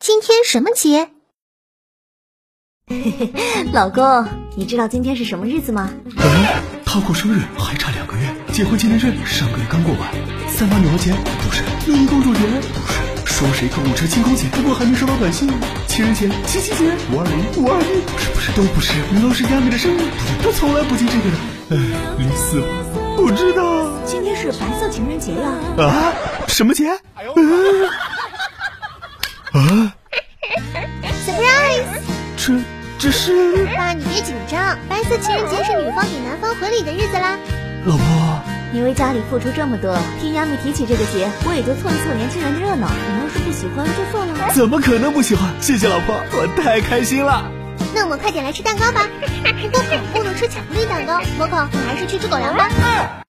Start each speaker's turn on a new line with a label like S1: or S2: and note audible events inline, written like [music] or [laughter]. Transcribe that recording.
S1: 今天什么节？
S2: [laughs] 老公，你知道今天是什么日子吗？
S3: 哎，他过生日还差两个月，结婚纪念日上个月刚过完，三八女王节不是，六一公主节不是，双十一购物车清空节，我还没收到短信，情人节、七夕节、五二零、五二一，是不是都不是？难道是亚美的生日？他从来不记这个的。哎，离死我不知道。
S2: 今天是白色情人节呀、
S3: 啊，什么节？嗯啊，
S1: surprise！
S3: 这这是
S1: 爸，你别紧张，白色情人节是女方给男方回礼的日子啦。
S3: 老婆。
S2: 你为家里付出这么多，听亚米提起这个节，我也就凑一凑年轻人的热闹。你要是不喜欢就算了。
S3: 怎么可能不喜欢？谢谢老婆，我太开心了。
S1: 那我 [laughs]
S2: [laughs]
S1: 们快点来吃蛋糕吧。不过可不能吃巧克力蛋糕，可可，我们还是去吃狗粮吧。